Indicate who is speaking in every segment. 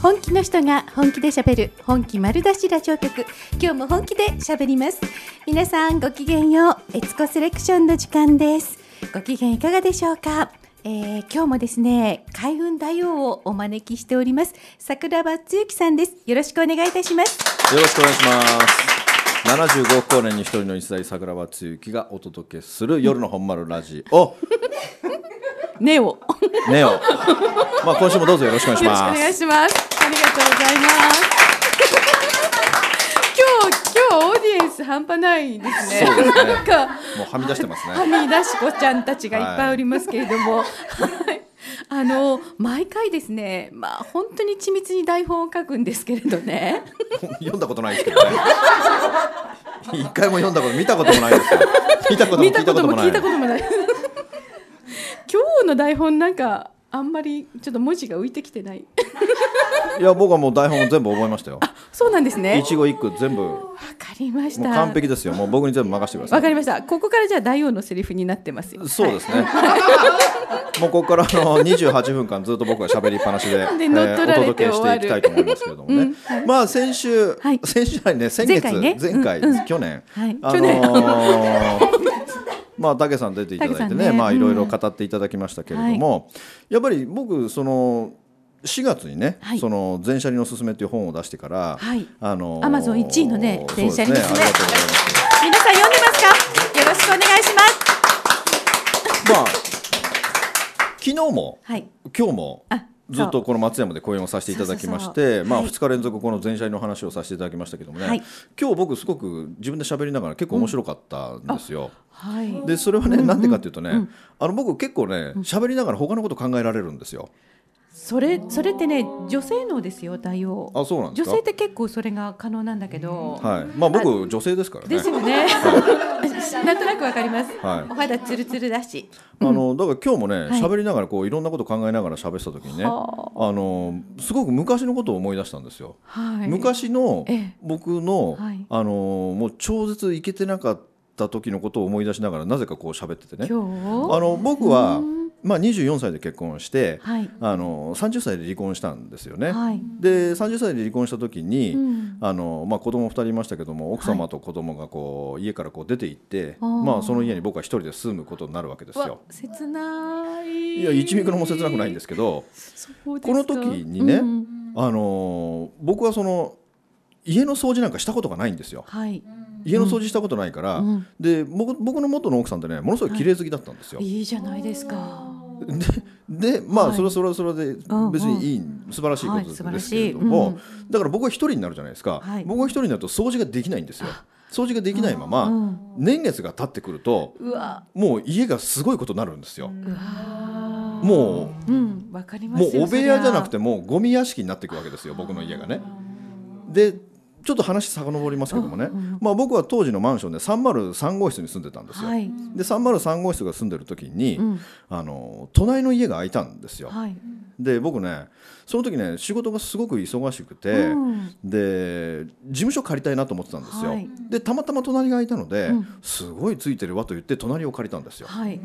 Speaker 1: 本気の人が本気で喋る本気丸出しラジオ局今日も本気で喋ります皆さんごきげんようエツコセレクションの時間ですご機嫌いかがでしょうかえー、今日もですね開運大王をお招きしております桜庭つゆきさんですよろしくお願いいたします
Speaker 2: よろしくお願いします。75億光年に一人の一代桜庭つゆきがお届けする夜の本丸ラジオ
Speaker 1: ネオよ
Speaker 2: ネオ。まあ今週もどうぞよろしくお願
Speaker 1: ろし
Speaker 2: いし
Speaker 1: くお
Speaker 2: ま
Speaker 1: 願い
Speaker 2: す。
Speaker 1: しますありがとうございます 今日今日オーディエンス半端ないですね
Speaker 2: そうですね
Speaker 1: なんか
Speaker 2: もうはみ出してます
Speaker 1: は
Speaker 2: ね。
Speaker 1: み出し子ちゃんたちがいっぱいおりますけれども、はいあの毎回ですね、まあ本当に緻密に台本を書くんですけれど ね、
Speaker 2: 読んだことないですけどね。一回も読んだこと見たこともないですよ。見たことも
Speaker 1: 見
Speaker 2: 聞
Speaker 1: た
Speaker 2: いた
Speaker 1: こ
Speaker 2: ことと
Speaker 1: も
Speaker 2: もな
Speaker 1: 聞いた
Speaker 2: い
Speaker 1: こ。ともない。今日の台本なんかあんまりちょっと文字が浮いてきてない。
Speaker 2: いや僕はもう台本全部覚えましたよ。
Speaker 1: そうなんですね。
Speaker 2: 一期一句全部も
Speaker 1: わかりまし
Speaker 2: う
Speaker 1: た。
Speaker 2: 完璧ですよ。もう僕に全部任せてくだ
Speaker 1: わ
Speaker 2: さ
Speaker 1: か
Speaker 2: い。
Speaker 1: りました。ここからじゃあ大王のセリフになってますよ。
Speaker 2: そうです ね。もうここからあの28分間ずっと僕は喋りっぱなしで
Speaker 1: で
Speaker 2: えー
Speaker 1: 乗っ取られて
Speaker 2: お届けしていきたいと思いますけれどもね。 まあ先週、
Speaker 1: はい
Speaker 2: 先週じゃないね先月
Speaker 1: 前回ね
Speaker 2: 前回
Speaker 1: うんうん
Speaker 2: 去年、
Speaker 1: はい
Speaker 2: あ
Speaker 1: 去年
Speaker 2: のーまあ武さん出ていただいて
Speaker 1: 武
Speaker 2: ね
Speaker 1: さんね
Speaker 2: まあいろいろ
Speaker 1: うん
Speaker 2: 語っていただきましたけれども、やっぱり僕その4月にね、
Speaker 1: はい
Speaker 2: その前車輪のすすめっていう本を出してから、
Speaker 1: はい
Speaker 2: あの
Speaker 1: Amazon 一位のね
Speaker 2: そうです
Speaker 1: 前車輪のすすめ
Speaker 2: ありがとうございます。
Speaker 1: 皆さん読んでますか。よろしくお願いします。
Speaker 2: まあ昨日も、
Speaker 1: はい
Speaker 2: 今日も
Speaker 1: あ
Speaker 2: ずっとこの松山で公演をさせていただきまし
Speaker 1: そうそう
Speaker 2: て
Speaker 1: そう
Speaker 2: まあ
Speaker 1: はい
Speaker 2: 2日連続この前車の話をさせていただきましたけどもね、
Speaker 1: はい
Speaker 2: 今日僕すごく自分で喋りながら結構面白かったんですよ。
Speaker 1: はい。
Speaker 2: でそれはねなんでかっていうとね、あの僕結構ね喋りながら他のこと考えられるんですよ。
Speaker 1: それそれってね女性能ですよ大王
Speaker 2: あそうなんですか
Speaker 1: 女性って結構それが可能なんだけど、
Speaker 2: はい、まあ僕女性ですからね
Speaker 1: ですよねなんとなくわかります、
Speaker 2: はい
Speaker 1: お肌ツルツルだし
Speaker 2: あのだから今日もね
Speaker 1: い
Speaker 2: 喋りながらこういろんなこと考えながら喋ってた時にねあ
Speaker 1: は
Speaker 2: のすごく昔のことを思い出したんですよ。
Speaker 1: はい
Speaker 2: 昔の
Speaker 1: ええ
Speaker 2: 僕の、
Speaker 1: はい
Speaker 2: あのーもう超絶いけてなかった時のことを思い出しながらなぜかこう喋っててね
Speaker 1: 今日
Speaker 2: あの僕は
Speaker 1: うん、
Speaker 2: まあ、24歳で結婚して、
Speaker 1: はい
Speaker 2: あのー30歳で離婚したんですよね。
Speaker 1: はい、
Speaker 2: で30歳で離婚した時に、
Speaker 1: うん
Speaker 2: あのーまあ、子供2人いましたけども奥様と子供がこう家からこう出て行って、
Speaker 1: あー
Speaker 2: まあ、その家に僕は一人で住むことになるわけです
Speaker 1: わ
Speaker 2: よ。
Speaker 1: 切ない
Speaker 2: いや一ミクロも切なくないんですすけど
Speaker 1: そうです
Speaker 2: この
Speaker 1: か
Speaker 2: 時にね、
Speaker 1: うん
Speaker 2: あのー僕はその家の掃除なんかしたことがないんですよ。
Speaker 1: はい、
Speaker 2: 家の掃除したことないから、
Speaker 1: うん
Speaker 2: で僕僕の元の奥さんってねものすごい綺麗好きだったんですよ。
Speaker 1: いいじゃないですか
Speaker 2: でまあ、
Speaker 1: はい
Speaker 2: それはそれはそれで
Speaker 1: んうん
Speaker 2: 別にいい、素晴らしいこと
Speaker 1: はい
Speaker 2: で
Speaker 1: 素
Speaker 2: す
Speaker 1: 晴らし
Speaker 2: け
Speaker 1: い
Speaker 2: れども、
Speaker 1: うん
Speaker 2: だから僕は一人になるじゃないですか、
Speaker 1: はい
Speaker 2: 僕は一人になると掃除ができないんですよ。掃除ができないまま、
Speaker 1: うん
Speaker 2: 年月が経ってくると
Speaker 1: うわ
Speaker 2: もう家がすごいことになるんですよ。
Speaker 1: うわ
Speaker 2: も
Speaker 1: うんわかり
Speaker 2: う
Speaker 1: ます
Speaker 2: も
Speaker 1: よ
Speaker 2: うお部屋じゃなくて
Speaker 1: も
Speaker 2: もうゴミ屋敷になっていくわけですよ僕の家がね。でちょっと話遡りますけどもね、
Speaker 1: うんうん
Speaker 2: まあ、僕は当時のマンションで303号室に住んでたんですよ。
Speaker 1: はい、
Speaker 2: で303号室が住んでる時に、
Speaker 1: うん
Speaker 2: あの隣の家が空いたんですよ。
Speaker 1: はい、
Speaker 2: で僕ねその時ね仕事がすごく忙しくて、
Speaker 1: うん
Speaker 2: で事務所借りたいなと思ってたんですよ。
Speaker 1: はい
Speaker 2: でたまたま隣が空いたので、
Speaker 1: うん
Speaker 2: すごいついてるわと言って隣を借りたんですよ。
Speaker 1: はい、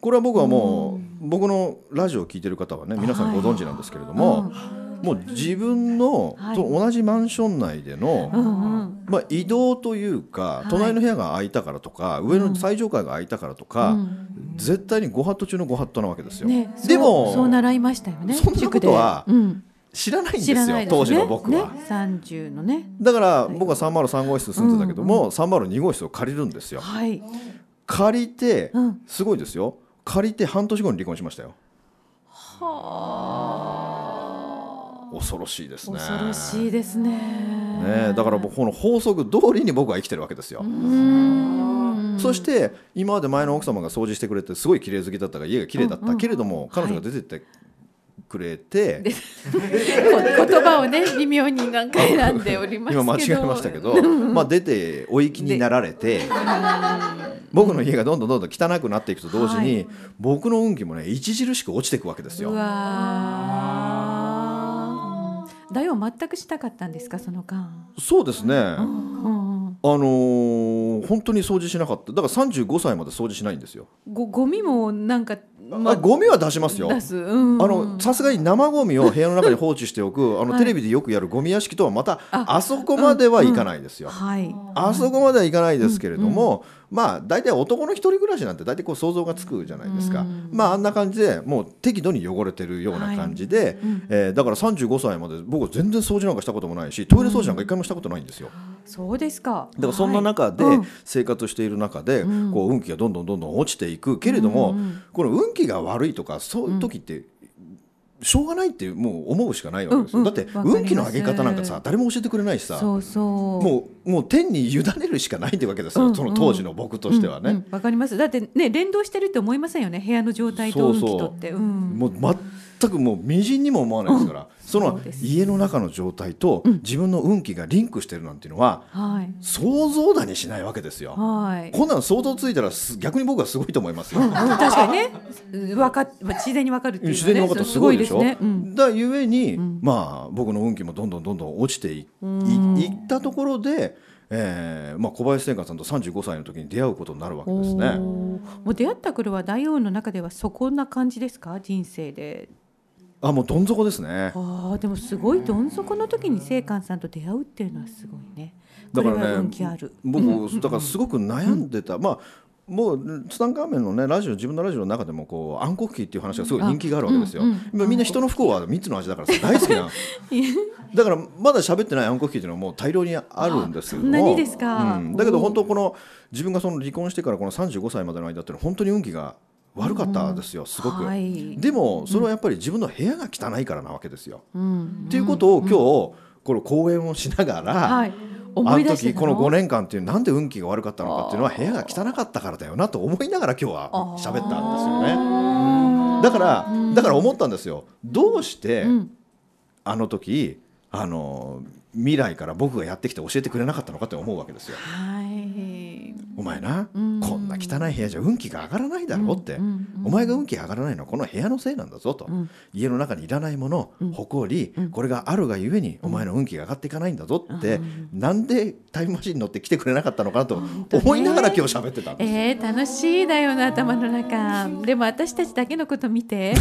Speaker 2: これは僕はもう、僕のラジオを聞いてる方はね皆さんご存知なんですけれども、もう自分の、
Speaker 1: はい
Speaker 2: と同じマンション内での、
Speaker 1: うんうん、
Speaker 2: まあ、移動というか、
Speaker 1: い
Speaker 2: 隣の部屋が空いたからとか上の最上階が空いたからとか、
Speaker 1: うん
Speaker 2: 絶対にご法度中のご法度なわけですよ。
Speaker 1: ね、そう
Speaker 2: でも
Speaker 1: そう習いましたよね。
Speaker 2: そんなことは
Speaker 1: 塾でうん、
Speaker 2: 知らないんです
Speaker 1: 知
Speaker 2: よ
Speaker 1: らないですね。
Speaker 2: 当時の僕は。
Speaker 1: ね、三十のね、
Speaker 2: だから僕は303号室住んでたけども、302号室を借りるんですよ。
Speaker 1: はい、
Speaker 2: 借りて、
Speaker 1: うん
Speaker 2: すごいですよ借りて半年後に離婚しましたよ。恐ろしいですね。
Speaker 1: 恐ろしいですね。
Speaker 2: ねえ、だから僕この法則通りに僕は生きてるわけですよ。そして今まで前の奥様が掃除してくれてすごい綺麗好きだったから家が綺麗だった、けれども彼女が出てってくれて、
Speaker 1: こ言葉をね微妙に何回選んでおりますけど。
Speaker 2: 今間違えましたけど、まあ、出てお行きになられて僕の家がどんどんどんどん汚くなっていくと同時に、
Speaker 1: はい
Speaker 2: 僕の運気もね著しく落ちていくわけです
Speaker 1: う
Speaker 2: よ。
Speaker 1: わー。だよ全くしたかったんですかその間。
Speaker 2: そうですね、
Speaker 1: うんうん。
Speaker 2: あのー本当に掃除しなかっただから35歳まで掃除しないんですよ。
Speaker 1: ごゴミもなんか
Speaker 2: まあ、ゴミは出しますよ。
Speaker 3: 出す、うん
Speaker 2: あのさすがに生ゴミを部屋の中に放置しておくあのテレビでよくやるゴミ屋敷とはまたあそこまではいかないですよ。
Speaker 3: はい
Speaker 2: あそこまではいかないですけれども、まあ大体男の一人暮らしなんて大体こう想像がつくじゃないですか、まああんな感じでもう適度に汚れてるような感じで、えーだから35歳まで僕は全然掃除なんかしたこともないしトイレ掃除なんか一回もしたことないんですよ。
Speaker 3: そうですか
Speaker 2: だからそんな中で生活している中でこう運気がどんどんどんどん落ちていくけれどもこの運気が悪いとかそういう時ってしょうがないってもう思うしかないわけです
Speaker 3: うん
Speaker 2: よ
Speaker 3: う
Speaker 2: だ
Speaker 3: ん
Speaker 2: って
Speaker 3: わかります
Speaker 2: 運気の上げ方なんかさ誰も教えてくれないしさ
Speaker 3: そうそう
Speaker 2: もうもう天に委ねるしかないってわけです
Speaker 3: うんう
Speaker 2: よ
Speaker 3: ん
Speaker 2: その当時の僕としては
Speaker 3: うん
Speaker 2: ね
Speaker 3: う。んわかりますだってね連動してるって思いませんよね部屋の状態と運気とってうん
Speaker 2: もう全くもう微塵にも思わないですからそ
Speaker 3: そ
Speaker 2: の
Speaker 3: うです
Speaker 2: 家の中の状態と自分の運気がリンクしてるなんていうのは
Speaker 3: はい
Speaker 2: 想像だにしないわけですよ。
Speaker 3: はい
Speaker 2: こんなの想像ついたらす逆に僕はすごいと思いますよ。
Speaker 3: うん確かにねうんわかっ自然にわかるっていうのは
Speaker 2: 自
Speaker 3: ね
Speaker 2: 然に分かったらすごいでしょ。
Speaker 3: そうすごいですねうん
Speaker 2: だゆえに、まあ僕の運気もどんどんどんどん落ちてい,い、いったところで、えーまあ小林千佳さんと35歳の時に出会うことになるわけですね。
Speaker 3: おーもう出会った頃は大王の中ではそこんな感じですか人生で。
Speaker 2: あもうどん底ですね。
Speaker 3: ああでもすごいどん底の時に聖寛さんと出会うっていうのはすごいね。こ
Speaker 2: だ
Speaker 3: れ
Speaker 2: か
Speaker 3: は
Speaker 2: らね
Speaker 3: 運気ある。
Speaker 2: 僕だからすごく悩んでた、まあもうツタンカーメンのねラジオ自分のラジオの中でもこう暗黒期っていう話がすごい人気があるわけですよ、
Speaker 3: うん
Speaker 2: 今みんな人の不幸は3つの味だから さ大好きなだからまだ喋ってない暗黒期っていうのはもう大量にあるんですけども
Speaker 3: あそんなにですか
Speaker 2: うんだけど本当この自分がその離婚してからこの35歳までの間っていうのは本当に運気が悪かったですよ、すごく、
Speaker 3: はい
Speaker 2: でもそれはやっぱり自分の部屋が汚いからなわけですよ、
Speaker 3: うん
Speaker 2: っていうことを今日この講演をしながら、
Speaker 3: はい、
Speaker 2: あ
Speaker 3: 思い
Speaker 2: の
Speaker 3: 出して
Speaker 2: 時
Speaker 3: た
Speaker 2: この5年間っていうなんで運気が悪かったのかっていうのは部屋が汚かったからだよなと思いながら今日は喋ったんですよね。
Speaker 3: ね
Speaker 2: だからだから思ったんですよどうして
Speaker 3: うん
Speaker 2: あの時あの未来から僕がやってきて教えてくれなかったのかって思うわけですよ。
Speaker 3: はい
Speaker 2: お前なこ
Speaker 3: うん
Speaker 2: んな汚い部屋じゃ運気が上がらないだろって
Speaker 3: うんうんうん
Speaker 2: お前が運気が上がらないのはこの部屋のせいなんだぞと
Speaker 3: ん
Speaker 2: 家の中にいらないもの誇りこれがあるがゆえにお前の運気が上がっていかないんだぞってなんでタイムマシンに乗って来てくれなかったのかなと思いながら今日喋ってたんです。
Speaker 3: えー、楽しいだよな頭の中でも私たちだけのこと見 て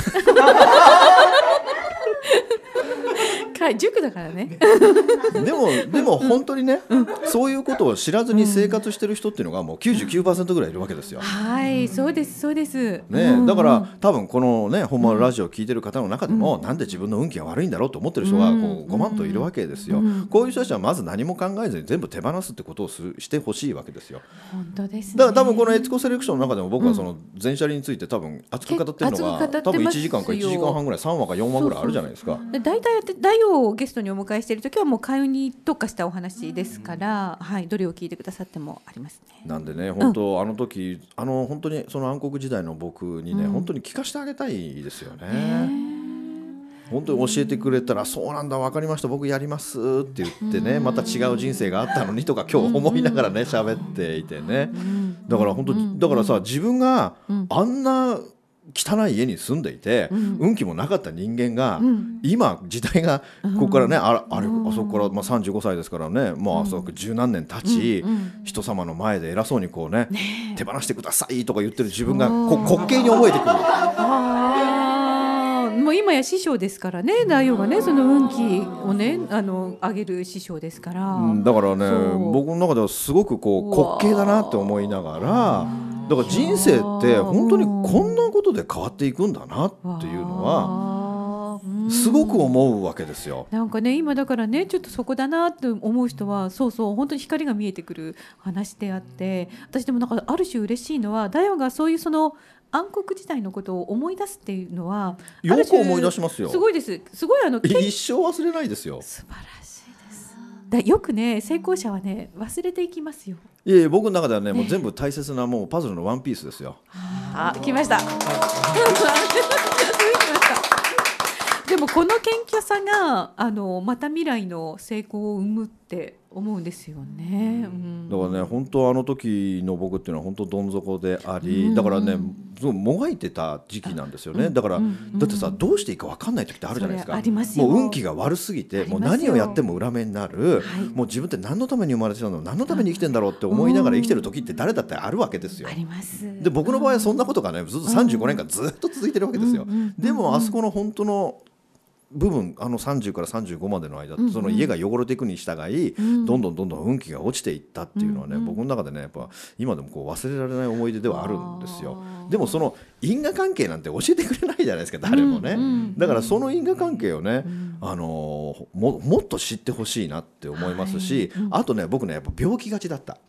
Speaker 3: か塾だからね
Speaker 2: でもで も本当にねそういうことを知らずに生活してる人っていうのがもう99%ぐらいいるわけですよ。
Speaker 3: はい、そうです、そうです。
Speaker 2: ね
Speaker 3: うん
Speaker 2: だから多分このね本丸ラジオを聞いてる方の中でも、なんで自分の運気が悪いんだろうと思ってる人がこう5万といるわけですよ、こういう人たちはまず何も考えずに全部手放すってことをするしてほしいわけですよ
Speaker 3: 本当です、ね。
Speaker 2: だから多分このエツコセレクションの中でも僕はその全車輪について多分熱く語ってるのが
Speaker 3: 結構熱く語ってま
Speaker 2: 多分
Speaker 3: すよ
Speaker 2: 1時間か1時間半ぐらい3話か4話ぐらいあるじゃないですか。
Speaker 3: で大体やって大王をゲストにお迎えしている時はもう会話に特化したお話ですから、はい、どれを聞いてくださってもありますね。
Speaker 2: なんでね本当、あの時あの本当にその暗黒時代の僕にね、本当に聞かせてあげたいですよね。本当に教えてくれたら「そうなんだ分かりました僕やります」って言ってねまた違う人生があったのにとか今日思いながらね喋っていてねだから本当にだからさ自分があんな汚い家に住んでいて運気もなかった人間が今時代がここからねあらあれあそこからまあ35歳ですからねまああそこ十何年経ち人様の前で偉そうにこうね手放してくださいとか言ってる自分がこう滑稽に覚えてくる。
Speaker 3: ああ、もう今や師匠ですからね、大王がね、その運気をね、あの上げる師匠ですから。
Speaker 2: うんだからね
Speaker 3: そう
Speaker 2: 僕の中ではすごく
Speaker 3: うわ
Speaker 2: こ
Speaker 3: ー
Speaker 2: う滑稽だなって思いながらだから人生って本当にこんなことで変わっていくんだなっていうのは
Speaker 3: は
Speaker 2: すごく思うわけですよ。
Speaker 3: なんかね今だからねちょっとそこだなって思う人はそうそう本当に光が見えてくる話であって私でもなんかある種嬉しいのは大王がそういうその暗黒時代のことを思い出すっていうのは
Speaker 2: よく
Speaker 3: ある種
Speaker 2: 思い出しますよ
Speaker 3: すごいですすごいあのけ
Speaker 2: 一生忘れないですよ。
Speaker 3: 素晴らしいですだよくね成功者はね忘れていきますよ
Speaker 2: いえいえ僕の中ではねもう全部大切なもうパズルのワンピースですよ。
Speaker 3: あ来ました 来ましたでもこの謙虚さがあのまた未来の成功を生むって思うんですよね。うん
Speaker 2: だからね本当あの時の僕っていうのは本当どん底であり、
Speaker 3: うん
Speaker 2: だからねすごいもがいてた時期なんですよね、だから、
Speaker 3: うん
Speaker 2: だってさどうしていいか分かんない時ってあるじゃないです
Speaker 3: それ
Speaker 2: か
Speaker 3: ありますよ
Speaker 2: もう運気が悪すぎて
Speaker 3: あり
Speaker 2: も
Speaker 3: ま
Speaker 2: う
Speaker 3: すよ
Speaker 2: 何をやっても裏目になる、
Speaker 3: はい
Speaker 2: もう自分って何のために生まれてたの何のために生きてんだろうって思いながら生きてる時って誰だってあるわけですよ
Speaker 3: あ。ります。
Speaker 2: で僕の場合はそんなことがねずっと35年間ずっと続いてるわけですよ
Speaker 3: うんうんうんうん。
Speaker 2: でもあそこの本当の部分あの30から35までの間
Speaker 3: うん
Speaker 2: その家が汚れていくに従い
Speaker 3: ん
Speaker 2: どんどんどんどん運気が落ちていったっていうのはね
Speaker 3: うんうん
Speaker 2: 僕の中でねやっぱ今でもこう忘れられない思い出ではあるんですよ
Speaker 3: あ。ー
Speaker 2: でもその因果関係なんて教えてくれないじゃないですか誰もね
Speaker 3: うんうん。
Speaker 2: だからその因果関係をねあのーももっと知ってほしいなって思いますし
Speaker 3: はいうん
Speaker 2: あとね僕ねやっぱ病気がちだった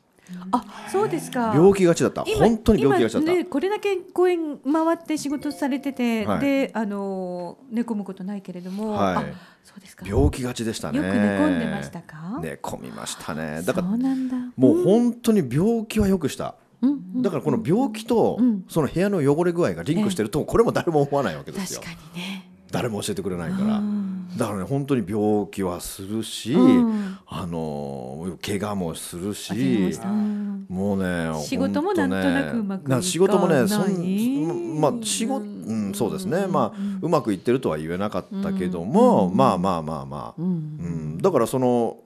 Speaker 3: あそうですか。
Speaker 2: 病気がちだった
Speaker 3: 今
Speaker 2: 本当に病気がちだった
Speaker 3: 今。ね、これだけ公演回って仕事されてて、
Speaker 2: はい
Speaker 3: であの寝込むことないけれども、
Speaker 2: はい
Speaker 3: あそうですか
Speaker 2: 病気がちでしたね。
Speaker 3: よく寝込んでましたか
Speaker 2: 寝込みましたね。だから
Speaker 3: そうなんだ
Speaker 2: もう本当に病気はよくした。
Speaker 3: うんうん
Speaker 2: だからこの病気と
Speaker 3: うん
Speaker 2: その部屋の汚れ具合がリンクしてるとこれも誰も思わないわけです
Speaker 3: 確
Speaker 2: よ
Speaker 3: か。にね
Speaker 2: 誰も教えてくれないか
Speaker 3: う
Speaker 2: ら。
Speaker 3: ん
Speaker 2: だからね本当に病気はするし、
Speaker 3: うん
Speaker 2: あの怪我もする
Speaker 3: わかりま
Speaker 2: し
Speaker 3: し。たうん
Speaker 2: もうね
Speaker 3: 仕事も
Speaker 2: ほとね
Speaker 3: なんとなくうまくいかない
Speaker 2: 仕事もねそんまあ仕事、うん、そうですねまあうまくいってるとは言えなかったけども、まあまあまあまあ、
Speaker 3: うん
Speaker 2: うん、だからその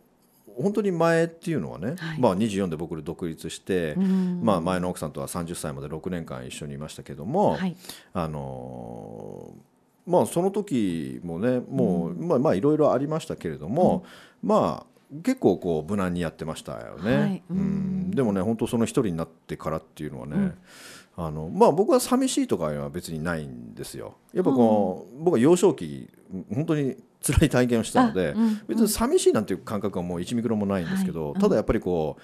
Speaker 2: 本当に前っていうのはね、
Speaker 3: はい
Speaker 2: まあ、24で僕独立して、
Speaker 3: うん
Speaker 2: まあ、前の奥さんとは30歳まで6年間一緒にいましたけども、
Speaker 3: はい
Speaker 2: あのーまあ、その時もねもう、まあまあいろいろありましたけれども、まあ結構こう無難にやってましたよね、
Speaker 3: はいうん
Speaker 2: うんでもね本当その一人になってからっていうのはね、
Speaker 3: うん
Speaker 2: あのまあ、僕は寂しいとかは別にないんですよ。やっぱこう、僕は幼少期本当に辛い体験をしたので、
Speaker 3: あうん
Speaker 2: 別に寂しいなんていう感覚はもう1ミクロもないんですけど、
Speaker 3: はいうん
Speaker 2: ただやっぱりこう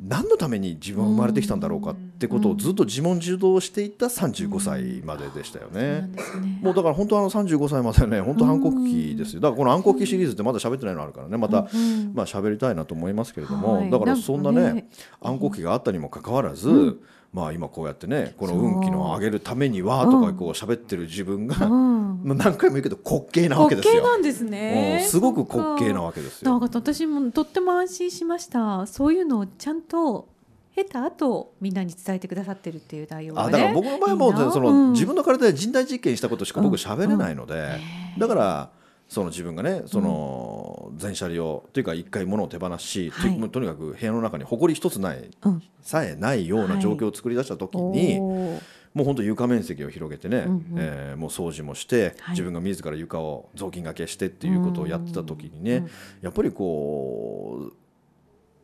Speaker 2: 何のために自分は生まれてきたんだろうかってことをずっと自問自答していった35歳まででしたよ
Speaker 3: そうな
Speaker 2: ね
Speaker 3: ん。ですね
Speaker 2: もうだから本当あの35歳まではね本当反抗期ですよだからこの反抗期シリーズってまだ喋ってないのあるからねまた
Speaker 3: うん
Speaker 2: まあ喋りたいなと思いますけれど
Speaker 3: は
Speaker 2: も
Speaker 3: い
Speaker 2: だからそんな
Speaker 3: なんか
Speaker 2: ね
Speaker 3: ね
Speaker 2: 暗黒期があったにもかかわらず、まあ今こうやってねこの運気の上げるためには
Speaker 3: そう
Speaker 2: とかこう喋ってる自分
Speaker 3: う
Speaker 2: が、
Speaker 3: ん
Speaker 2: もう何回も言うけど滑稽なわけ
Speaker 3: 滑
Speaker 2: ですよ
Speaker 3: 稽。なんですね
Speaker 2: うんすごく滑稽な
Speaker 3: わ
Speaker 2: わけです
Speaker 3: だ
Speaker 2: よ。
Speaker 3: から私もとっても安心しましたそういうのをちゃんと経た後みんなに伝えてくださってるっていう内容が
Speaker 2: あ
Speaker 3: ね
Speaker 2: だから僕の場合はもう
Speaker 3: いいな
Speaker 2: その、
Speaker 3: うん
Speaker 2: 自分の体で人体実験したことしか
Speaker 3: うん
Speaker 2: 僕喋れないので、
Speaker 3: ね
Speaker 2: だからその自分がねその全車両というか一回物を手放し、
Speaker 3: はい
Speaker 2: ともうとにかく部屋の中に埃一つない
Speaker 3: うん
Speaker 2: さえないような状況を作り出した時に、
Speaker 3: おー
Speaker 2: もう本当床面積を広げてね、
Speaker 3: んうん
Speaker 2: えーもう掃除もして、
Speaker 3: はい
Speaker 2: 自分が自ら床を雑巾がけしてっていうことをやってた時にね、
Speaker 3: うんうん
Speaker 2: やっぱりこう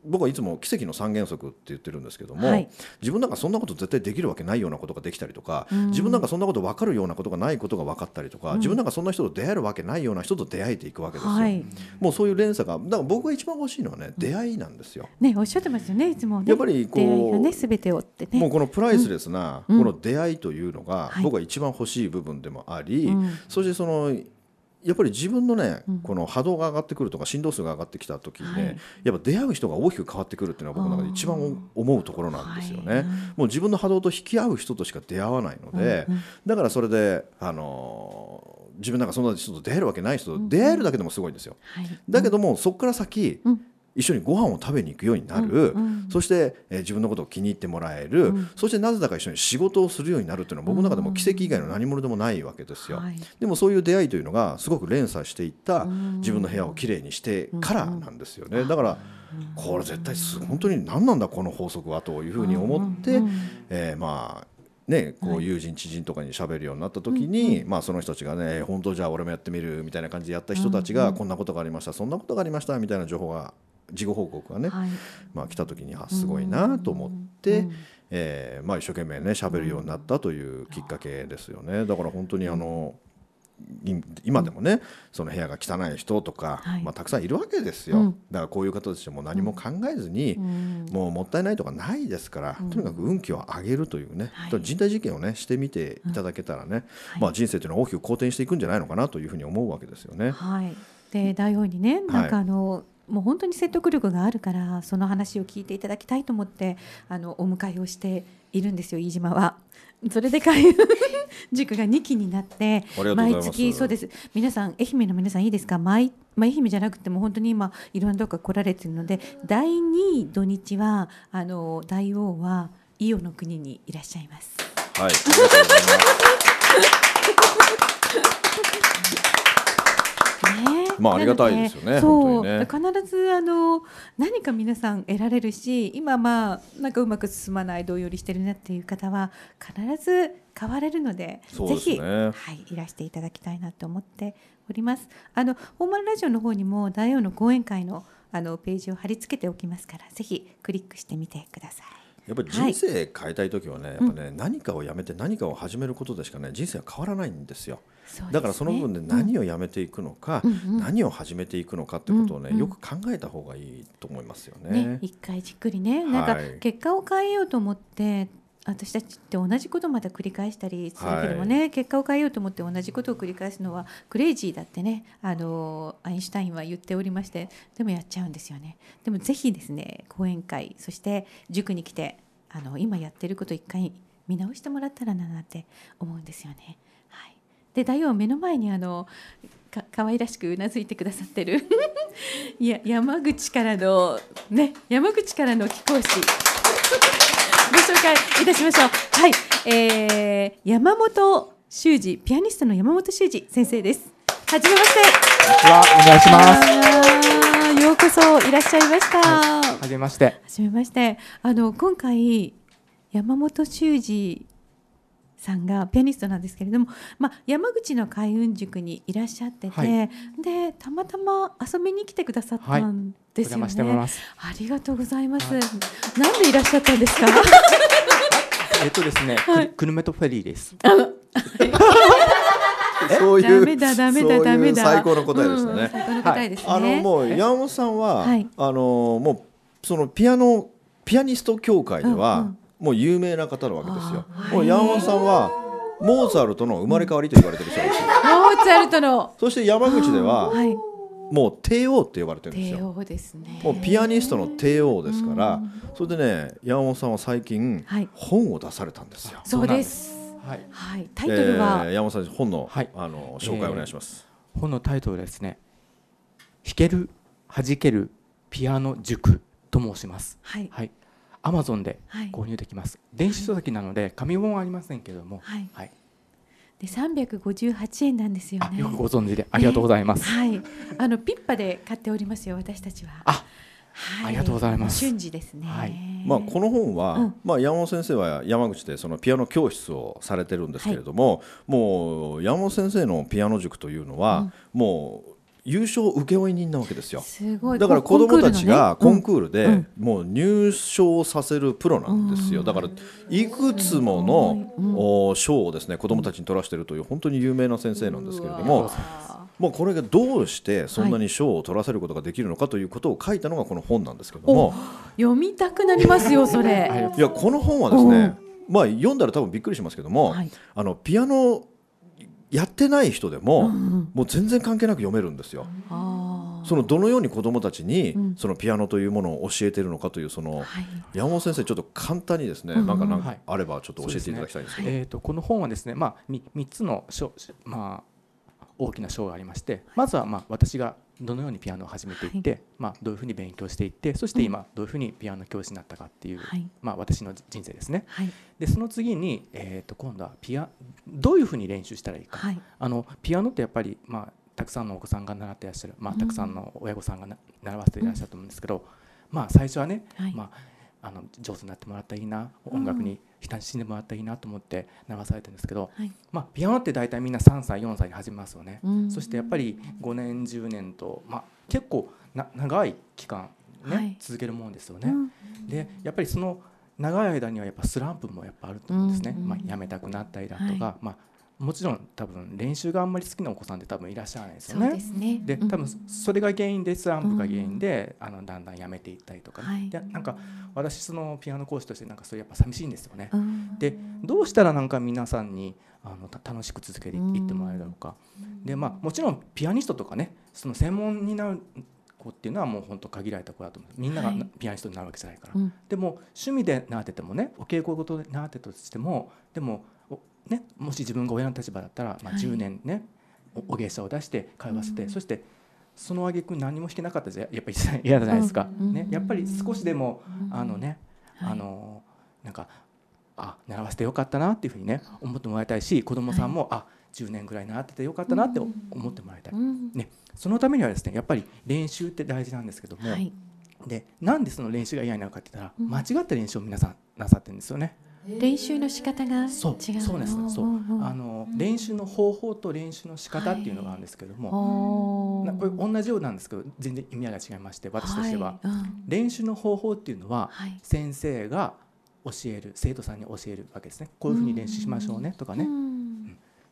Speaker 2: 僕はいつも奇跡の三原則って言ってるんですけども、
Speaker 3: はい
Speaker 2: 自分なんかそんなこと絶対できるわけないようなことができたりとか、
Speaker 3: ん
Speaker 2: 自分なんかそんなこと分かるようなことがないことが分かったりとか、自分なんかそんな人と出会えるわけないような人と出会えていくわけですよ。
Speaker 3: はい
Speaker 2: もうそういう連鎖がだから僕が一番欲しいのはね出会いなんですよ。
Speaker 3: ねおっしゃってますよねいつもね
Speaker 2: やっぱりこう
Speaker 3: 出会いがねすべてをってね
Speaker 2: もうこのプライスレスな、
Speaker 3: うん
Speaker 2: この出会いというのが、
Speaker 3: はい
Speaker 2: 僕は一番欲しい部分でもあり、
Speaker 3: うん
Speaker 2: そしてそのやっぱり自分のね、
Speaker 3: うん
Speaker 2: この波動が上がってくるとか振動数が上がってきた時にね、
Speaker 3: はい
Speaker 2: やっぱ出会う人が大きく変わってくるっていうのは僕の中で一番思うところなんですよね、
Speaker 3: はい
Speaker 2: もう自分の波動と引き合う人としか出会わないので、
Speaker 3: うんうん
Speaker 2: だからそれで、あのー自分なんかそんな人と出会えるわけない人と出会えるだけでもすごいんですよ。
Speaker 3: はい
Speaker 2: だけどもそこから先、
Speaker 3: うん
Speaker 2: 一緒にご飯を食べに行くようになる、
Speaker 3: うんうん
Speaker 2: そして、えー自分のことを気に入ってもらえる、そしてなぜだか一緒に仕事をするようになるっていうのは僕の中でも奇跡以外の何者でもないわけですよ、
Speaker 3: はい
Speaker 2: でもそういう出会いというのがすごく連鎖していった自分の部屋をきれいにしてからなんですよね、だからこれ絶対す本当に何なんだこの法則はというふうに思って、えーまあね、こう友人知人とかに喋るようになった時に、まあ、その人たちがねえー本当じゃあ俺もやってみるみたいな感じでやった人たちがこんなことがありましたそんなことがありましたみたいな情報が事後報告がね、
Speaker 3: はい
Speaker 2: まあ、来た時にあすごいなと思って、えーまあ、一生懸命ね喋るようになったというきっかけですよねだから本当にあの、い今でもねその部屋が汚い人とか、
Speaker 3: はい
Speaker 2: まあ、たくさんいるわけですよ、
Speaker 3: うん
Speaker 2: だからこういう方たちも何も考えずに、もうもったいないとかないですから、とにかく運気を上げるというね、
Speaker 3: はい
Speaker 2: と人体実験をねしてみていただけたらね、まあ、人生というのは大きく好転していくんじゃないのかなというふうに思うわけですよね。
Speaker 3: はいで大王にねなんかあのもう本当に説得力があるからその話を聞いていただきたいと思ってあのお迎えをしているんですよ飯島は。 それで 開運塾が2期になって
Speaker 2: ありがとうござい
Speaker 3: 毎
Speaker 2: ます
Speaker 3: 月そうです皆さん愛媛の皆さんいいですか毎、まあ、愛媛じゃなくても本当に今いろんなとこから来られてるので第2土日はあの大王は伊予の国にいらっしゃいます。
Speaker 2: はい、ありがとうございます。
Speaker 3: ね
Speaker 2: まあありがたいですよね
Speaker 3: なの
Speaker 2: 本当
Speaker 3: そう、必ずあの何か皆さん得られるし今まあなんかうまく進まないどうよりしてるなっていう方は必ず変われるので
Speaker 2: そう
Speaker 3: ぜ
Speaker 2: ですね
Speaker 3: ひ、はい、いらしていただきたいなと思っておりますあの本丸ラジオの方にも大王の講演会のあのページを貼り付けておきますからぜひクリックしてみてください
Speaker 2: やっぱり人生変えたい時はね、やっぱね、何かをやめて何かを始めることでしかね人生は変わらないんですよ。
Speaker 3: そうですね
Speaker 2: だからその部分で何をやめていくのか、何を始めていくのかってことをね、よく考えた方がいいと思いますよね。
Speaker 3: ね、一回じっくりね、なんか
Speaker 2: はい
Speaker 3: 結果を変えようと思って私たちって同じことまた繰り返したりするけどもね、結果を変えようと思って同じことを繰り返すのはクレイジーだってねあのアインシュタインは言っておりましてでもやっちゃうんですよねでもぜひですね講演会そして塾に来てあの今やってること一回見直してもらったらななんて思うんですよね。はい、で大王目の前にあのか可愛らしくうなずいてくださってる いや山口からのね山口からの貴公子ご紹介いたしましょうはい、えー、山本修二ピアニストの山本修二先生ですはじめまして
Speaker 4: はお願いします。
Speaker 3: あーようこそいらっしゃいました、は
Speaker 4: はじめまして。
Speaker 3: じめましてあの今回山本修二さんがピアニストなんですけれども、まあ、山口の開運塾にいらっしゃってて、
Speaker 4: はい
Speaker 3: でたまたま遊びに来てくださったん
Speaker 4: お
Speaker 3: ですよ
Speaker 4: 邪
Speaker 3: ね、
Speaker 4: 魔してます。
Speaker 3: ありがとうございます、なんでいらっしゃったんです か
Speaker 4: えっとですね、
Speaker 3: はい
Speaker 4: くる久留米とフェリーです。
Speaker 2: そういう
Speaker 3: ダメだダメだ
Speaker 2: そういう
Speaker 3: ダメだ
Speaker 2: 最高の答えでした
Speaker 3: うん
Speaker 2: ね。
Speaker 3: 最高の答えですね、
Speaker 2: あのもう山本さんは、
Speaker 3: はい
Speaker 2: あのもうそのピアノピアニスト協会では、
Speaker 3: うんうん
Speaker 2: もう有名な方なわけですよ
Speaker 3: あー。
Speaker 2: もう山本さんはモーツァルトの生まれ変わりと言われてる人ですよ。
Speaker 3: モーツァルトの
Speaker 2: そして山口では
Speaker 3: はい
Speaker 2: もう帝王って呼ばれてるんです
Speaker 3: 帝
Speaker 2: よ。
Speaker 3: 王ですね
Speaker 2: もうピアニストの帝王ですから、それでね山本さんは最近、
Speaker 3: はい
Speaker 2: 本を出されたんですよ。
Speaker 3: そうです
Speaker 4: はい。
Speaker 3: はいタイトルは、
Speaker 2: えー山本さん本の、
Speaker 4: はい
Speaker 2: あの紹介お願いします。
Speaker 4: 本のタイトルはですね、弾ける弾けるピアノ塾と申します。
Speaker 3: はい
Speaker 4: はい。アマゾンで
Speaker 3: はい
Speaker 4: 購入できます。電子書籍なので紙本はありませんけれども、
Speaker 3: はい
Speaker 4: はい。
Speaker 3: で358円なんですよ
Speaker 4: あ
Speaker 3: ね
Speaker 4: よくご存知でありがとうございます。
Speaker 3: はいあのピッパで買っておりますよ私たちは
Speaker 4: あ
Speaker 3: は
Speaker 4: ありがとうございます
Speaker 3: 瞬時ですね、
Speaker 4: はい
Speaker 2: まあ、この本は、
Speaker 3: うん
Speaker 2: まあ、山本先生は山口でそのピアノ教室をされてるんですけれども、もう山本先生のピアノ塾というのは、もう優勝請負人なわけですよ。
Speaker 3: すごい
Speaker 2: だから子どもたちがコンクール
Speaker 3: う
Speaker 2: で
Speaker 3: ん
Speaker 2: もう入賞させるプロなんですよ、だからいくつものお賞をですね子どもたちに取らせてるという本当に有名な先生なんですけれども、まあ、これがどうしてそんなに賞を取らせることができるのかということを書いたのがこの本なんですけども、
Speaker 3: 読みたくなりますよそれ、
Speaker 4: はい
Speaker 2: いやこの本はですね、まあ、読んだら多分びっくりしますけども、
Speaker 3: はい
Speaker 2: あのピアノやってない人でも、もう全然関係なく読めるんですよ。
Speaker 3: あ
Speaker 2: そのどのように子どもたちに、
Speaker 3: ん
Speaker 2: そのピアノというものを教えてるのかというその、
Speaker 3: あはい
Speaker 2: 山本先生ちょっと簡単にですね、なんかなんかあればちょっと教えていただきたいんですけど、
Speaker 4: えっとこの本はですね、まあみ三つの章まあ大きな章がありまして、まずはまあ私がどのようにピアノを始めていって、まあどういうふうに勉強していって、そして今どういうふうにピアノ教師になったかっていう、
Speaker 3: はい
Speaker 4: まあ私の人生ですね。
Speaker 3: はい
Speaker 4: でその次にえっ、と今度はピアどういうふうに練習したらいいか。
Speaker 3: はい
Speaker 4: あのピアノってやっぱりまあたくさんのお子さんが習っていらっしゃる、まあ、たくさんの親御さんがな習わせていらっしゃると思うんですけど、まあ最初はね、
Speaker 3: はい
Speaker 4: まあ、あの上手になってもらったらいいな音楽に親しんでもらったらいいなと思って習わされてるんですけど、
Speaker 3: はい
Speaker 4: まあ、ピアノって大体みんな3歳4歳に始めますよね、
Speaker 3: うん
Speaker 4: そしてやっぱり5年10年と、まあ、結構な長い期間、ね
Speaker 3: はい
Speaker 4: 続けるもんですよね。でやっぱりその長い間にはやっぱスランプもやっぱあると思うんですね、
Speaker 3: うんうん
Speaker 4: まあ、やめたくなったりだとか、
Speaker 3: は
Speaker 4: まあ、もちろん多分練習があんまり好きなお子さんって多分いらっしゃらないですよ
Speaker 3: そう
Speaker 4: ね。
Speaker 3: ですね
Speaker 4: で
Speaker 3: うん
Speaker 4: 多分それが原因でスランプが原因で、あのだんだんやめていったりとかね、
Speaker 3: はい
Speaker 4: でなんか私そのピアノ講師としてなんかそれやっぱ寂しいんですよね。
Speaker 3: うん
Speaker 4: でどうしたらなんか皆さんにあのた楽しく続けていってもらえるだろうか、でまあ、もちろんピアニストとかねその専門になるこ子っていうのはもう本当限られた子だと思うみんなが
Speaker 3: はい
Speaker 4: ピアニストになるわけじゃないから、
Speaker 3: うん
Speaker 4: でも趣味で習っててもねお稽古事で習ってたとしてもでもお、ね、もし自分が親の立場だったら、まあ、
Speaker 3: はい
Speaker 4: 10年ね、おお芸者を出して通わせて、
Speaker 3: うん
Speaker 4: そしてその挙句何も弾けなかったじゃやっぱり嫌じゃないですか、
Speaker 3: うん
Speaker 4: ね、やっぱり少しでもあのね、
Speaker 3: はい
Speaker 4: あのなんかあ習わせてよかったなっていうふうにね思ってもらいたいし子どもさんも、あ10年ぐらい習っててよかったなって
Speaker 3: うん
Speaker 4: 思ってもらいたい、
Speaker 3: うん
Speaker 4: ね、そのためにはですねやっぱり練習って大事なんですけども、
Speaker 3: はい
Speaker 4: でなんでその練習が嫌になるかって言ったら、
Speaker 3: うん
Speaker 4: 間違った練習を皆さんなさってるんですよね。
Speaker 3: 練習の仕方が違うの
Speaker 4: そうそうですねそう
Speaker 3: うんうん
Speaker 4: あの練習の方法と練習の仕方っていうのがあるんですけども、
Speaker 3: おー
Speaker 4: なこれ同じようなんですけど全然意味合いが違いまして私としては、
Speaker 3: いうん
Speaker 4: 練習の方法っていうのは
Speaker 3: はい
Speaker 4: 先生が教える生徒さんに教えるわけですねこういうふうに練習しましょうねとかね、
Speaker 3: うん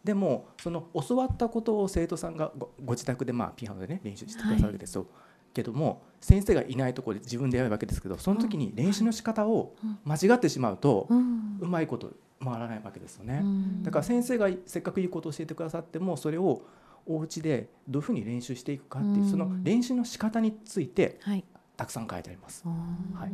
Speaker 4: でもその教わったことを生徒さんがごご自宅でまあピアノでね練習してくださるわけですよ、けども先生がいないところで自分でやるわけですけどその時に練習の仕方を間違ってしまうと
Speaker 3: うん
Speaker 4: うまいこと回らないわけですよね、
Speaker 3: うん
Speaker 4: だから先生がせっかくいいことを教えてくださってもそれをお家でどういうふうに練習していくかっていう、
Speaker 3: うん
Speaker 4: その練習の仕方について
Speaker 3: はい
Speaker 4: たくさん書いてあります。
Speaker 3: は
Speaker 4: はい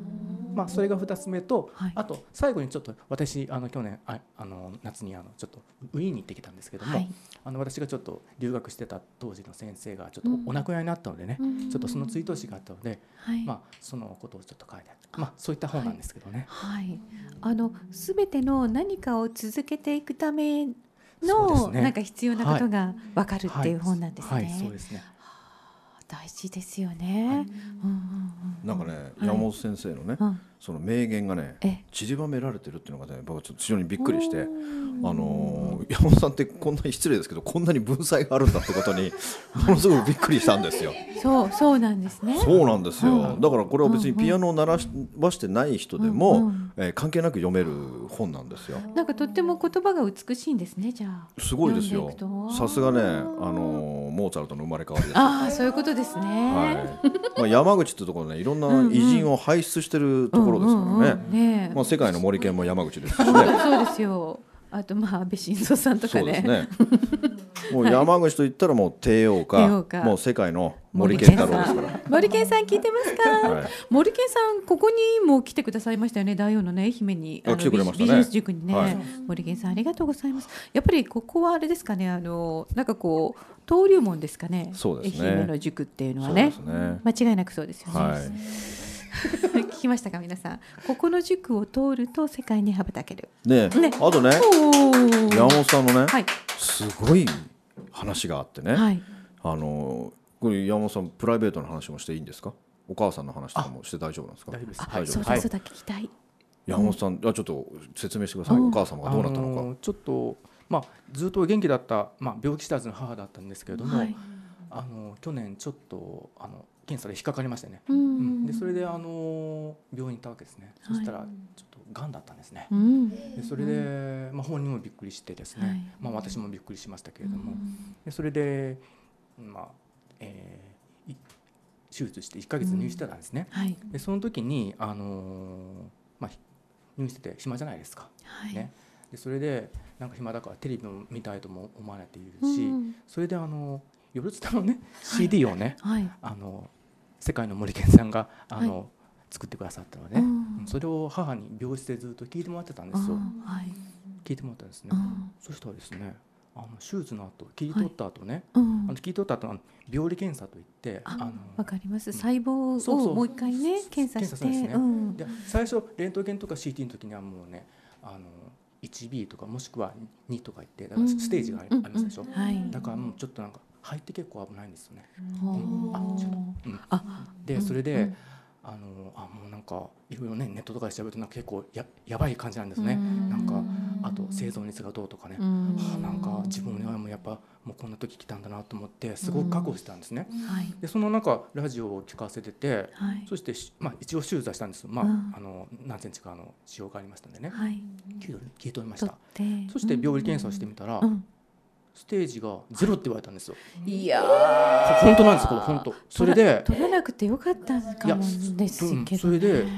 Speaker 4: まあ、それが2つ目と、
Speaker 3: はい
Speaker 4: あと最後にちょっと私あの去年ああの夏にあのちょっとウィーンに行ってきたんですけども、
Speaker 3: はい
Speaker 4: あの私がちょっと留学してた当時の先生がちょっと
Speaker 3: うん
Speaker 4: おお亡くなりになったのでね、
Speaker 3: うん
Speaker 4: ちょっとその追悼誌があったので、
Speaker 3: はい
Speaker 4: まあ、そのことをちょっと書いてあった、まあ、そういった本なんですけどね。
Speaker 3: はい、あのすべての何かを続けていくため
Speaker 4: そうです
Speaker 3: の、
Speaker 4: ね
Speaker 3: なんか必要なことがわかるっていう本なんですね。
Speaker 4: はいはいそうですね
Speaker 3: 大事ですよね。うんうんうん
Speaker 2: なんかね、山本先生のね、
Speaker 3: うん
Speaker 2: その名言がね
Speaker 3: え
Speaker 2: 散りばめられてるっていうのがね僕はちょっと非常にびっくりして
Speaker 3: おー
Speaker 2: あのー山本さんってこんなに失礼ですけどこんなに文才があるんだってことにものすごくびっくりしたんですよ。
Speaker 3: そうそうなんですね。
Speaker 2: そうなんです
Speaker 3: う
Speaker 2: よ
Speaker 3: ん
Speaker 2: だからこれは別に
Speaker 3: うんうん
Speaker 2: ピアノを鳴らしばしてない人でも、
Speaker 3: うんうん
Speaker 2: えー関係なく読める本なんですよ。
Speaker 3: なんかとっても言葉が美しいんですね。じゃあ
Speaker 2: すごいですよ
Speaker 3: 読んでいくと
Speaker 2: さすがねあのーモーツァルトの生まれ変わりです。
Speaker 3: ああそういうことですね。
Speaker 2: はいまあ、山口ってところねいろんな偉人を輩出してるところです
Speaker 3: うんうん
Speaker 2: からね、
Speaker 3: うんねえ
Speaker 2: まあ、世界の森犬も山口ですし
Speaker 3: そう
Speaker 2: ね
Speaker 3: そうですよ。あとまあ安倍晋三さんとか
Speaker 2: そう
Speaker 3: ね。
Speaker 2: ですね。 もう山口と言ったらもう帝王か、
Speaker 3: 帝王か
Speaker 2: もう世界の森健太郎ですから。
Speaker 3: 森健さん聞いてますか、
Speaker 2: はい
Speaker 3: 森健さんここにも来てくださいましたよね大王のね愛媛に
Speaker 2: あ
Speaker 3: の
Speaker 2: 来てくれましたね
Speaker 3: ビジネス塾にね、
Speaker 2: はい
Speaker 3: 森健さんありがとうございますやっぱりここはあれですかねあのなんかこう登竜門ですかね
Speaker 2: そうですね
Speaker 3: 愛媛の塾っていうのは
Speaker 2: そうで
Speaker 3: ね
Speaker 2: すね。
Speaker 3: 間違いなくそうですよね、
Speaker 2: はい。
Speaker 3: 聞きましたか皆さんここの塾を通ると世界に羽ばたける
Speaker 2: で、
Speaker 3: ね
Speaker 2: あとね、
Speaker 3: おー
Speaker 2: 山本さんのね、
Speaker 3: はい
Speaker 2: すごい話があってね。
Speaker 3: はい
Speaker 2: あのこれ山本さんプライベートの話もしていいんですか？お母さんの話とかもして大丈夫なんですか
Speaker 4: 大？丈夫です
Speaker 3: あ
Speaker 2: 大丈夫
Speaker 3: そう
Speaker 2: は
Speaker 3: だ
Speaker 2: い
Speaker 3: そうだ聞きたい、
Speaker 2: 山本さん、あちょっと説明してください。
Speaker 3: うん
Speaker 2: お母様がどうなったのか。
Speaker 4: あのーちょっと、まあ、ずっと元気だった、まあ、病気知らずの母だったんですけれども、
Speaker 3: はい
Speaker 4: あの去年ちょっとあの検査で引っかかりましてね、
Speaker 3: う
Speaker 4: うん
Speaker 3: ん
Speaker 4: でそれであの病院行ったわけですね、そしたらちょっとがんだったんですね、
Speaker 3: うん
Speaker 4: でそれで、まあ、本人もびっくりしてですね、
Speaker 3: はい
Speaker 4: まあ、私もびっくりしましたけれども、でそれで、まあえーい手術して1ヶ月入院してたんですね、
Speaker 3: はい
Speaker 4: でその時に、あのーまあ、ひ入院してて暇じゃないですか、
Speaker 3: はい、
Speaker 4: ね、でそれでなんか暇だからテレビも見たいとも思わないっていう
Speaker 3: うん
Speaker 4: し、それであの夜伝のね CD をね
Speaker 3: はい
Speaker 4: あの世界の森健さんがあの、作ってくださったので、
Speaker 3: う
Speaker 4: ね
Speaker 3: ん
Speaker 4: それを母に病室でずっと聞いてもらってたんで
Speaker 3: あ
Speaker 4: すよ
Speaker 3: ーはい
Speaker 4: 聞いてもらったんですね、
Speaker 3: うん
Speaker 4: そしたらですねあの手術の後切り取った後ね、
Speaker 3: うん
Speaker 4: あの切り取った後あの病理検査といって
Speaker 3: あ
Speaker 4: あの
Speaker 3: わかります
Speaker 4: うん
Speaker 3: 細胞
Speaker 4: そうそ
Speaker 3: を
Speaker 4: う
Speaker 3: もう一回ね検査して
Speaker 4: 検査するんですね
Speaker 3: うん
Speaker 4: で最初レントゲンとか CT の時にはもうねあの 1B とかもしくは2とか言ってだからステージがあり,、
Speaker 3: うん
Speaker 4: ありますでしょ、
Speaker 3: うんはい
Speaker 4: だからもうちょっとなんか入って結構危ないんですよね、
Speaker 3: ほ
Speaker 4: うんあちょっと
Speaker 3: う
Speaker 4: うん
Speaker 3: あ
Speaker 4: でそれで、
Speaker 3: うん
Speaker 4: あのあもうなんかいろいろねネットとかで調べるとなんか結構ややばい感じなんですね、
Speaker 3: うん
Speaker 4: なんかあと生存率がどうとかね、
Speaker 3: う
Speaker 4: は
Speaker 3: ん
Speaker 4: あなんか自分の親もやっぱもうこんな時来たんだなと思ってすごく覚悟してたんですね、
Speaker 3: はい
Speaker 4: でその中ラジオを聞かせてて、
Speaker 3: はい
Speaker 4: そしてし、まあ、一応手術はしたんですまあ,、
Speaker 3: うん
Speaker 4: あの何センチかあの腫瘍がありましたんでね
Speaker 3: はい
Speaker 4: 切り取り切り取りまし
Speaker 3: 取
Speaker 4: た
Speaker 3: って
Speaker 4: そして病理検査をしてみたら、
Speaker 3: うん
Speaker 4: ステージがゼロって言われたんですよ
Speaker 3: いやー
Speaker 4: 本当なんですこれ本当それで
Speaker 3: 取ら取らなくてよかったんかもです
Speaker 4: うん
Speaker 3: けど
Speaker 4: それで
Speaker 3: ね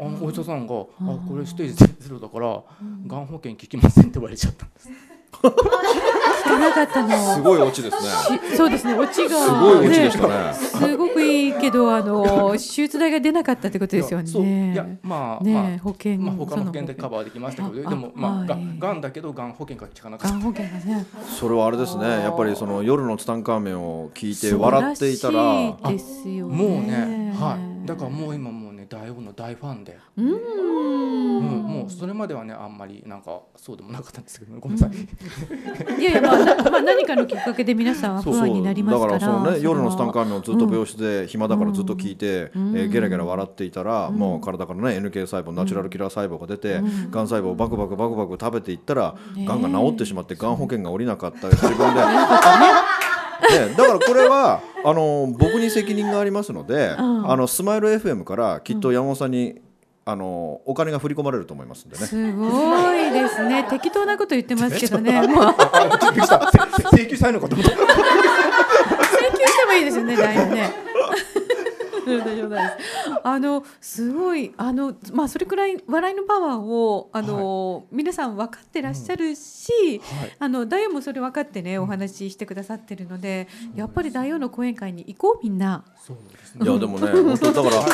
Speaker 4: あのお医者さんが「あ
Speaker 3: うん
Speaker 4: これステージゼロだからがん保険効きません」って言われちゃったんです
Speaker 3: 聞かなかったの
Speaker 2: すごいオチですね
Speaker 3: しそうですね、オチが、ね、
Speaker 2: すごいオチでしたね
Speaker 3: すごくいいけど、あの手術代が出なかったってことですよ
Speaker 4: そういや
Speaker 3: ね。
Speaker 4: まあ、
Speaker 3: ね、
Speaker 4: まあ
Speaker 3: 保険、
Speaker 4: まあ、他の保険で
Speaker 3: そ
Speaker 4: カバーできましたけど
Speaker 3: あ
Speaker 4: でも
Speaker 3: あ
Speaker 4: ま
Speaker 3: は
Speaker 4: あ
Speaker 3: い
Speaker 4: ががんだけどがん保険が効かなか
Speaker 3: が
Speaker 4: っ
Speaker 3: ん
Speaker 4: た
Speaker 3: 保険がね、
Speaker 2: それはあれですねやっぱりその夜のツタンカーメンを聞いて笑っていたら
Speaker 3: 素晴らしいですよね。
Speaker 4: もうねはいだからもう今もうね大王の大ファンで、
Speaker 3: う
Speaker 4: うん
Speaker 3: ん、
Speaker 4: もうそれまではねあんまりなんかそうでもなかったんですけどごめんなさい、
Speaker 3: いやいや、まあ、なまあ、何かのきっかけで皆さんは
Speaker 2: そ
Speaker 3: 不
Speaker 2: うそう
Speaker 3: 安になりますから。
Speaker 2: だからその、ね、
Speaker 3: れは
Speaker 2: 夜のスタンカーメンをずっと病室で暇だからずっと聞いて、
Speaker 3: うん
Speaker 2: えー
Speaker 3: うん
Speaker 2: ゲラゲラ笑っていたら、もう体からね NK 細胞ナチュラルキラー細胞が出て、がん細胞をバクバクバクバク食べていったら、
Speaker 3: ねえ
Speaker 2: がんが治ってしまってがん保険が下りなかった自分で。 ね、だからこれはあの僕に責任がありますので、
Speaker 3: ん
Speaker 2: あのスマイル FM からきっと山本さんに、あのお金が振り込まれると思いますんでね。
Speaker 3: すごいですね。適当なこと言ってますけどね。もう請
Speaker 4: あびっくりしたせ請求されるのかと思った
Speaker 3: 求してもいいですよね。だいぶ ね。冗談冗談ですあのすごいあのまあそれくらい笑いのパワーをあの、皆さん分かってらっしゃるし、
Speaker 4: はい
Speaker 3: あのダイオもそれ分かってねお話ししてくださってるので、やっぱりダイオの講演会に行こうみんな。
Speaker 4: そうです
Speaker 2: いやでもね、本当にだから。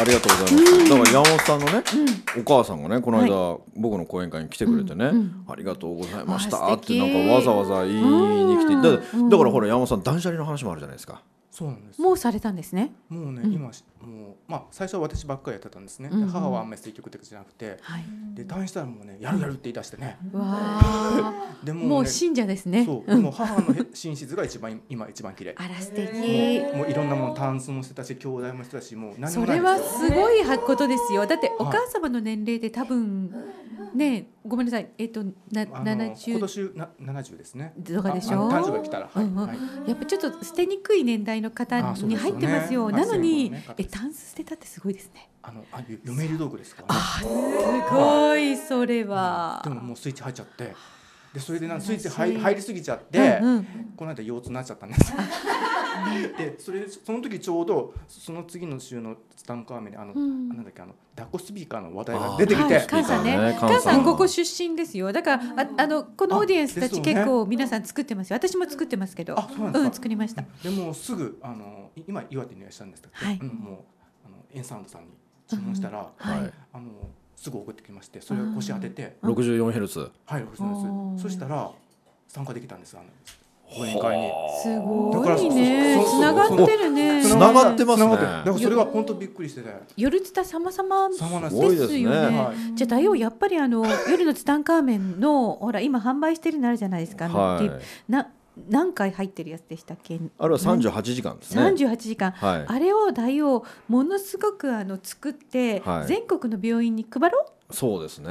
Speaker 2: ありがとうございます。だから山本さんのね、お母さんがね、この間、僕の講演会に来てくれてね、ありがとうございまし
Speaker 3: あ
Speaker 2: た
Speaker 3: 素
Speaker 2: って
Speaker 3: 敵
Speaker 2: なんかわざわざ言いに来て、
Speaker 3: うん
Speaker 2: だだからほら山本さん断捨離の話もあるじゃないですか。
Speaker 4: そうなんです
Speaker 3: もうされたんですね。
Speaker 4: もうね、今しもうまあ最初は私ばっかりやってたんですね、で
Speaker 3: うんうん
Speaker 4: 母はあんまり積極的じゃなくて
Speaker 3: はい。
Speaker 4: で退院したらもうねやるやるって言い出してね
Speaker 3: わあ。
Speaker 4: で も,、ね、
Speaker 3: もう信者ですね。
Speaker 4: そうでも母のへ寝室が 一番今一番綺麗
Speaker 3: あら素敵。
Speaker 4: もういろんなものタンスも捨てたし兄弟も捨てたしもう何
Speaker 3: そ
Speaker 4: もない
Speaker 3: れ
Speaker 4: んです
Speaker 3: はす
Speaker 4: よ
Speaker 3: ごいことですよ。だってお母様の年齢で多分ねごめんなさいえっとな
Speaker 4: あの
Speaker 3: 七十
Speaker 4: 今年な七十ですね
Speaker 3: とかでし
Speaker 4: ああ
Speaker 3: ょ
Speaker 4: の。誕生日が来たら、はい
Speaker 3: うんうん
Speaker 4: はい
Speaker 3: やっぱちょっと捨てにくい年代の方
Speaker 4: あそう
Speaker 3: に
Speaker 4: です
Speaker 3: 入
Speaker 4: よね
Speaker 3: ってますよ。
Speaker 4: あ
Speaker 3: なのに
Speaker 4: そうですよね
Speaker 3: えタンス捨てたってすごいですね。
Speaker 4: あのあゆ嫁入り道具ですから、
Speaker 3: あすごいそれは。
Speaker 4: でももうスイッチ入っちゃってでそれでなんかスイッチ入
Speaker 3: 素晴らしい
Speaker 4: 入りすぎちゃって、
Speaker 3: うんうん
Speaker 4: この間腰痛になっちゃったん です。でそれでその時ちょうどその次の週のツタンカーメンであの、
Speaker 3: ん
Speaker 4: なんだっけあの抱っこスピーカーの話題が出てき
Speaker 3: は
Speaker 4: て、
Speaker 3: い、菅さんね
Speaker 2: ね
Speaker 3: 菅
Speaker 2: 菅
Speaker 3: さ
Speaker 2: さ
Speaker 3: ん
Speaker 2: ん
Speaker 3: ここ出身ですよだからああのこのオーディエンスたち
Speaker 4: あですよね
Speaker 3: 結構皆さん作ってますよ私も作ってますけど
Speaker 4: あそうなんですか
Speaker 3: ん作りました
Speaker 4: でもうすぐあのい今岩手にいらっしゃるんですけど、
Speaker 3: はい
Speaker 4: うんもうあのエンサウンドさんに注文したら、
Speaker 2: はい
Speaker 4: あのすぐ送ってきましてそれを腰当てて、
Speaker 2: 六十四ヘルツ。
Speaker 4: はいそう
Speaker 3: おー
Speaker 4: ですそしたら参加できたんですあの講演会に。
Speaker 3: す
Speaker 4: だか
Speaker 3: ご
Speaker 4: ら
Speaker 3: いね
Speaker 4: そうそうそう
Speaker 3: 繋がってるね
Speaker 2: 繋がってますね
Speaker 4: 繋がってだからそれが本当びっくりしてて。
Speaker 3: 夜ツタ様様です
Speaker 4: 様々
Speaker 2: すごいです
Speaker 3: よ
Speaker 2: ね
Speaker 3: ね。
Speaker 4: はい
Speaker 3: じゃあ大王やっぱりあの夜のツタンカーメンのほら今販売してるのあるじゃないですか。あの
Speaker 2: はい
Speaker 3: リップな何回入ってるやつでしたっけ？
Speaker 2: あれは三十八時間です
Speaker 3: 三
Speaker 2: ね。
Speaker 3: 十八時間。
Speaker 2: はい
Speaker 3: あれを大王ものすごくあの作って、
Speaker 2: はい
Speaker 3: 全国の病院に配ろ
Speaker 2: そうですね。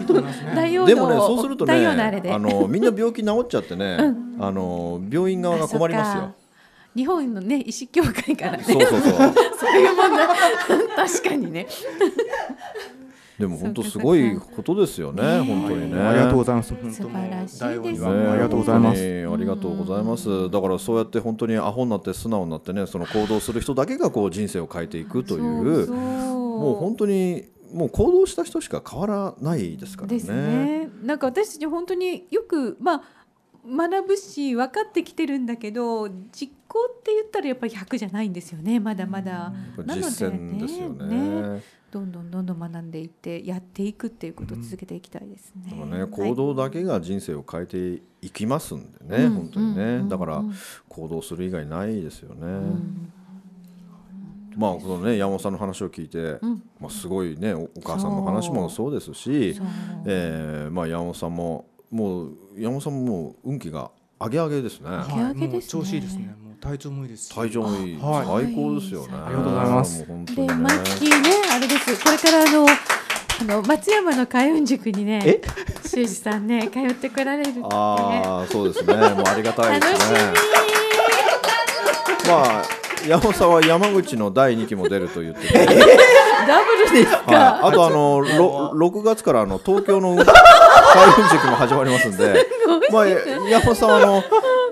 Speaker 4: いいと思います
Speaker 3: う。
Speaker 4: ね。
Speaker 3: 大王の
Speaker 2: でもね、そうするとね、
Speaker 3: 大王のあれで。
Speaker 2: あのみんな病気治っちゃってね、あの病院側が困ります
Speaker 3: あそっ
Speaker 2: よ
Speaker 3: か。日本のね医師協会からね。
Speaker 2: そうそうそう。
Speaker 3: そういう問題 確かにね。
Speaker 2: でも本当すごいことですよね、
Speaker 3: そうか
Speaker 2: 本当にね。
Speaker 4: ありがとうございます。本
Speaker 3: 素晴らしいです
Speaker 4: 大王には
Speaker 3: ね
Speaker 4: ありがとうございます。
Speaker 2: 本当にありがとうございます。だからそうやって本当にアホになって素直になってね、その行動する人だけがこう人生を変えていくという、も
Speaker 3: も
Speaker 2: う本当にもう行動した人しか変わらないですから
Speaker 3: です
Speaker 2: ね。
Speaker 3: ね。なんか私たち本当によくまあ学ぶし分かってきてるんだけど実行って言ったらやっぱり100じゃないんですよねまだまだ。なの
Speaker 2: 実
Speaker 3: で
Speaker 2: 践
Speaker 3: ね
Speaker 2: ですよね。
Speaker 3: ねどんどんどんどん学んでいってやっていくっていうことを続けていきたいですね。
Speaker 2: でもね、行動だけが人生を変えていきますんでね、
Speaker 3: うん
Speaker 2: 本当にね、
Speaker 3: うん
Speaker 2: だから行動する以外ないですよね。まあこのね山本さんの話を聞いて、
Speaker 3: ん
Speaker 2: まあ、すごいねおお母さんの話もそうですし
Speaker 3: そう、
Speaker 2: えーまあ、山本さんももう山本さんももう運気が上げ上げですね。
Speaker 4: は
Speaker 3: 上
Speaker 4: い
Speaker 3: げ上げ
Speaker 4: も
Speaker 3: で
Speaker 4: う
Speaker 3: すね
Speaker 4: 調子いいですね。もう体調もいいですし。
Speaker 2: 体調もいい、
Speaker 4: はい
Speaker 2: 最高ですよね。
Speaker 4: ありがとうございます
Speaker 2: もう本当
Speaker 3: で
Speaker 2: にね
Speaker 3: マッキーねあれですこれからあのあの松山の開運塾にね
Speaker 2: え
Speaker 3: 修二さんね通ってこられるってね
Speaker 2: ああそうですね。もうありがたい
Speaker 3: 楽
Speaker 2: で
Speaker 3: し
Speaker 2: すね。まあ山本さんは山口の第二期も出ると言ってて。
Speaker 3: みダブルです
Speaker 2: はい、あとあのろ6月からあの東京の開運塾も始まりますんで、まあ、山本さんはあの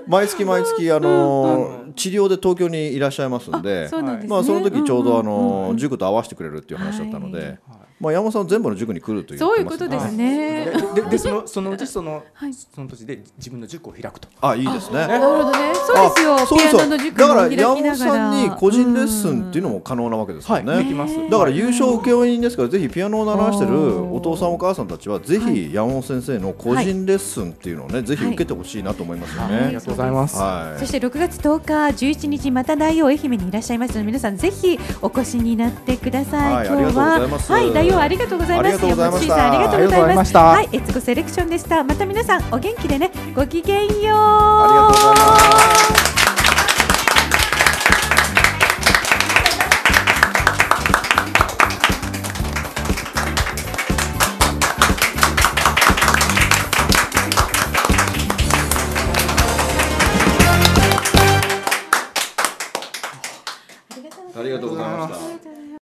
Speaker 2: 毎月毎月あの治療で東京にいらっしゃいますんで
Speaker 3: そうなんですね。
Speaker 2: まあその時ちょうどあ
Speaker 3: んん
Speaker 2: の
Speaker 3: うん
Speaker 2: 塾と合わせてくれるっていう話だったので
Speaker 4: はい
Speaker 2: まあ山本さん全部の塾に来るという
Speaker 3: そういうことですね。
Speaker 4: でででそのそのうちその
Speaker 3: はい
Speaker 4: その年で自分の塾を開くと。
Speaker 2: あいいですね
Speaker 3: なるほどね。そうですよ。
Speaker 2: あそう
Speaker 3: ピ
Speaker 2: ですよ
Speaker 3: アノの塾
Speaker 2: だ
Speaker 3: も
Speaker 2: から
Speaker 3: 開きな
Speaker 2: 山
Speaker 3: が
Speaker 2: 本
Speaker 3: ら。
Speaker 2: さんに個人レッスンっていうのも可能なわけですよ
Speaker 4: で
Speaker 2: ね
Speaker 4: きます。
Speaker 2: だから優勝請負人ですからぜひピアノを習わしてるお父さんお母さんたちはぜひ山本先生の個人レッスンっていうのをねぜひ受けてほしいなと思いますよ
Speaker 4: あり
Speaker 2: ね
Speaker 4: がとうございます。
Speaker 2: は
Speaker 3: そ
Speaker 2: い
Speaker 3: して6月10日、11日、また大王愛媛にいらっしゃいますので、皆さんぜひお越しになってくださ。
Speaker 2: はいい
Speaker 3: 今日
Speaker 2: ありがとうございます
Speaker 3: は、はい、大王ありがとうございま
Speaker 2: ありがとうございま
Speaker 3: す。
Speaker 2: した
Speaker 3: 山本慎さんありがとうございます。
Speaker 4: あ
Speaker 3: は
Speaker 4: り
Speaker 3: い、エツコセレクションでした。また皆さんお元気でね、ごきげんよう。
Speaker 2: ありがとうございますありがとうございました。